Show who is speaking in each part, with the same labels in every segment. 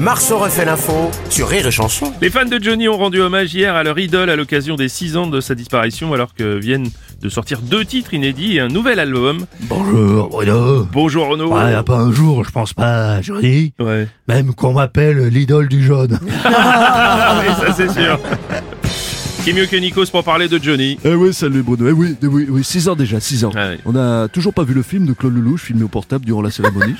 Speaker 1: Marceau refait l'info sur Rire et Chanson.
Speaker 2: Les fans de Johnny ont rendu hommage hier à leur idole à l'occasion des 6 ans de sa disparition alors que viennent de sortir deux titres inédits et un nouvel album.
Speaker 3: Bonjour Bruno.
Speaker 2: Bonjour Renaud.
Speaker 3: Ouais, y a pas un jour, je pense pas à Johnny.
Speaker 2: Ouais.
Speaker 3: Même qu'on m'appelle l'idole du jaune.
Speaker 2: Ah oui, ça c'est sûr. Qui est mieux que Nikos pour parler de Johnny
Speaker 4: Eh oui, salut Bruno. Eh oui, eh oui, oui, 6 ans déjà, 6 ans.
Speaker 2: Ah oui.
Speaker 4: On a toujours pas vu le film de Claude Lelouch filmé au portable durant la cérémonie.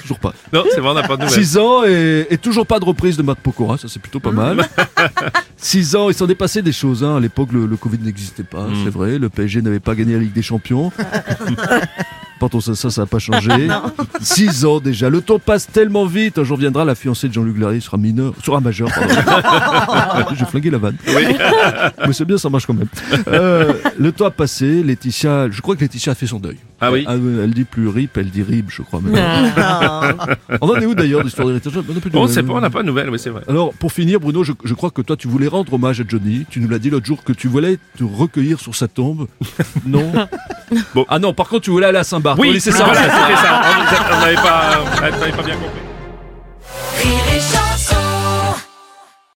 Speaker 4: toujours pas.
Speaker 2: Non, c'est vrai, on n'a pas de nouvelles.
Speaker 4: 6 ans et, et toujours pas de reprise de Matt Pokora, ça c'est plutôt pas mal. 6 ans, il s'en est passé des choses. Hein. À l'époque, le, le Covid n'existait pas,
Speaker 2: Hmm.
Speaker 4: c'est vrai. Le PSG n'avait pas gagné la Ligue des Champions. Pardon, ça, ça, ça n'a pas changé. 6 ans déjà. Le temps passe tellement vite. Un jour viendra, la fiancée de Jean-Luc Larry sera mineure, sera majeure. pardon. J'ai flingué la vanne. Mais c'est bien, ça marche quand même. Euh, le temps a passé, Laetitia, je crois que Laetitia a fait son deuil.
Speaker 2: Ah oui. Ah.
Speaker 4: Elle, elle dit plus rip, elle dit rib, je crois. maintenant. On en est où d'ailleurs, l'histoire de Laetitia On n'a plus de
Speaker 2: On ne sait
Speaker 4: nouvelles.
Speaker 2: pas, on n'a pas de nouvelles, oui c'est vrai.
Speaker 4: Alors, pour finir, Bruno, je, je crois que toi, tu voulais rendre hommage à Johnny. Tu nous l'as dit l'autre jour que tu voulais te recueillir sur sa tombe. Non
Speaker 2: Bon.
Speaker 4: Ah non, par contre, tu voulais aller à Saint-Barth.
Speaker 2: Oui,
Speaker 4: laisser ça.
Speaker 2: voilà, c'était ça. On n'avait pas, on n'avait pas bien compris.